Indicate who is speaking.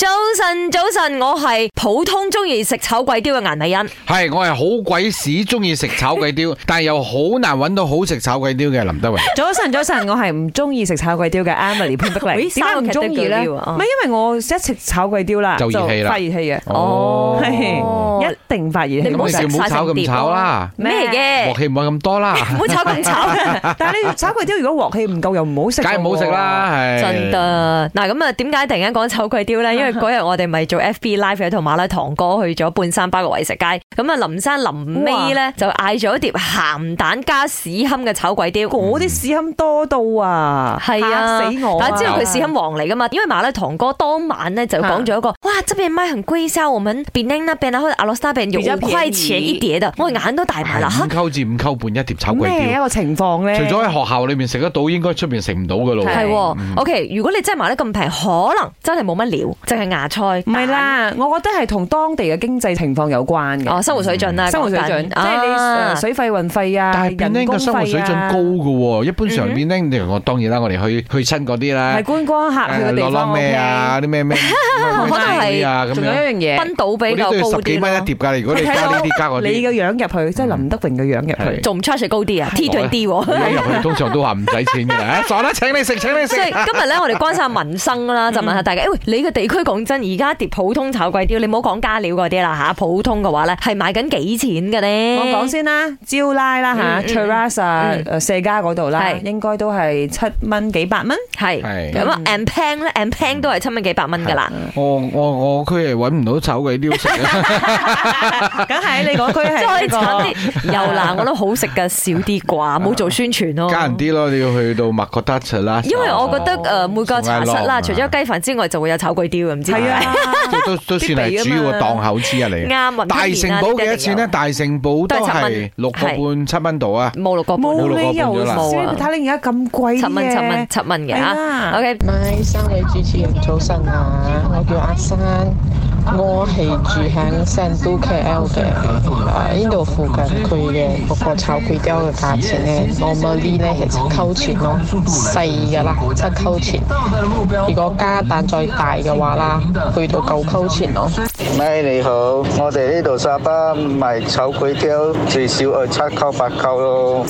Speaker 1: 晨，早晨，我係普通中意食炒粿條嘅顏美欣。
Speaker 2: 系，我係好鬼屎中意食炒 鬼雕，但係又好難揾到好食炒鬼雕嘅林德榮。
Speaker 3: 早晨， 早晨，我係唔中意食炒粿雕嘅 Emily 潘碧
Speaker 1: 咦
Speaker 3: 玲。點解唔中意咧？
Speaker 1: 三個 category
Speaker 3: 唔
Speaker 1: 喎
Speaker 3: 係因為我一食炒粿雕啦，
Speaker 2: 就熱氣啦
Speaker 3: 發熱氣嘅，
Speaker 1: 哦
Speaker 3: 係 一定發熱氣。
Speaker 1: 你唔好
Speaker 2: 咁
Speaker 1: 食
Speaker 2: 你叫唔好炒咁炒啦，
Speaker 1: 咩
Speaker 2: 镬
Speaker 1: 嘅？
Speaker 2: 氣唔好咁 多啦，
Speaker 1: 唔好炒咁炒，
Speaker 3: 但係你炒粿雕如果鑊氣唔夠又唔好食喎，
Speaker 2: 梗係唔好食啦，係。
Speaker 1: 真得嗱咁啊！點解突然間講炒粿條咧？因為嗰日我哋咪做 FB Live 有同馬拉堂哥去咗半山包嘅為食街，咁啊林生臨尾咧就嗌咗一碟鹹蛋加屎堪嘅炒粿條。
Speaker 3: 我啲屎堪多到啊，
Speaker 1: 係啊
Speaker 3: 嚇死我啊！
Speaker 1: 但知道佢屎坑王嚟噶嘛？因為麻辣堂哥當晚咧就講咗一個，哇，這邊賣很貴下，我們比另那邊然後阿羅沙邊有
Speaker 4: 比較
Speaker 1: 五
Speaker 4: 便宜
Speaker 1: 塊錢一碟的，我眼都大埋啦。
Speaker 2: 係
Speaker 1: 嚇
Speaker 2: 五溝至五溝半一碟炒鬼
Speaker 3: 咩一
Speaker 1: 啊
Speaker 2: 雕，
Speaker 3: 個情況咧？
Speaker 2: 除咗喺學校裏面食得到，應該出面食唔到噶咯。嗯
Speaker 1: 係
Speaker 3: 嗯
Speaker 1: 喎，OK。如果你真係賣得咁平，可能真係冇乜料，淨係芽菜。
Speaker 3: 唔係啦，我覺得係同當地嘅經濟情況有關嘅
Speaker 1: 蛋，。哦，生活水準啦，
Speaker 3: 嗯生活水
Speaker 1: 講緊
Speaker 3: 準，即係你
Speaker 1: 啊
Speaker 3: 呃水費、運費啊，
Speaker 2: 但係變
Speaker 3: 人
Speaker 2: 僆
Speaker 3: 工
Speaker 2: 嘅生活水
Speaker 3: 費啊
Speaker 2: 準高㗎喎，一般上
Speaker 1: 嗯
Speaker 2: 變僆，你我當然啦，我哋去去親嗰啲啦
Speaker 3: 係，觀光客去嘅
Speaker 2: 誒
Speaker 3: 地
Speaker 2: 啷啷
Speaker 3: 方
Speaker 2: 咩啊，啲咩咩，
Speaker 1: 可能係
Speaker 2: 咩啊咁
Speaker 3: 仲有一
Speaker 2: 樣，
Speaker 3: 樣嘢，
Speaker 1: 分到比
Speaker 2: 嗰啲
Speaker 1: 較
Speaker 2: 都
Speaker 1: 高
Speaker 2: 要十
Speaker 1: 啲
Speaker 2: 幾
Speaker 1: 啊
Speaker 2: 蚊
Speaker 1: 咯。
Speaker 2: 一碟㗎。如果你加呢啲加嗰
Speaker 3: 你
Speaker 2: 啲
Speaker 3: 嘅。樣入去，即係林德榮嘅樣入去
Speaker 2: 係。
Speaker 1: 仲唔 charge 高啲啊？T 2 D 喎。
Speaker 2: 入去通常都話唔使 錢嘅，啊傻啦，請你食，請你食
Speaker 1: 所。以今日咧，我哋關晒民生啦，
Speaker 3: 嗯
Speaker 1: 就問下大家，誒、喂，你嘅地區講真，而家一碟普通炒貴啲，你唔好講加料嗰啲啦嚇，普通嘅話咧係賣緊幾錢嘅咧？
Speaker 3: 我講先啦，招拉啦
Speaker 1: 嗯嗯嗯
Speaker 3: 嚇，Terrace 誒四家嗰度啦，
Speaker 1: 係
Speaker 3: 應該都係七蚊幾八蚊。
Speaker 1: 係
Speaker 2: 係
Speaker 1: 咁啊，and pan 咧，and pan 都係七蚊幾百蚊㗎啦。
Speaker 2: 我我我區係揾唔到丑嘅雕 食啊！
Speaker 3: 梗係你嗰區係
Speaker 1: 再
Speaker 3: 呢 個
Speaker 1: 慘啲，又嗱，我都好食嘅少啲啩，冇做宣傳咯。
Speaker 2: 加人啲咯，你要去到麥國德出啦。
Speaker 1: 因為我覺
Speaker 2: 哦
Speaker 1: 得誒呃每個茶室啦，除
Speaker 2: 仲
Speaker 1: 咗
Speaker 2: 有
Speaker 1: 雞飯之外，就會有炒粿條嘅，唔知點
Speaker 3: 係
Speaker 1: 解
Speaker 3: 啊，
Speaker 2: 即啊係都都算
Speaker 1: 啊
Speaker 2: 係主要嘅檔口之一嚟嘅。
Speaker 1: 啱雲吞麵啊
Speaker 2: 大城堡幾多錢
Speaker 1: 啊
Speaker 2: 呢？？大城堡都
Speaker 1: 都係七蚊
Speaker 2: 係六個半七蚊度啊！
Speaker 1: 冇六個半啊，
Speaker 3: 冇
Speaker 2: 六個半
Speaker 3: 理由
Speaker 2: 咗啦
Speaker 3: 所以佢睇你而家咁貴
Speaker 1: 七
Speaker 3: 嘅
Speaker 1: 蚊七蚊七蚊嘅
Speaker 3: 係
Speaker 1: 嚇。
Speaker 3: 啦
Speaker 1: OK，
Speaker 5: 咪三位主持人早晨啊！我叫阿生，我係住喺成都 KL 嘅，啊呢度附近佢嘅嗰個炒粿條嘅價錢咧，我咪呢咧係七溝錢咯，細嘅啦，七溝錢。如果加蛋再大嘅話啦，去到九溝錢咯。
Speaker 6: 咪你好，我哋呢度沙巴賣炒粿條最少係七溝八溝咯。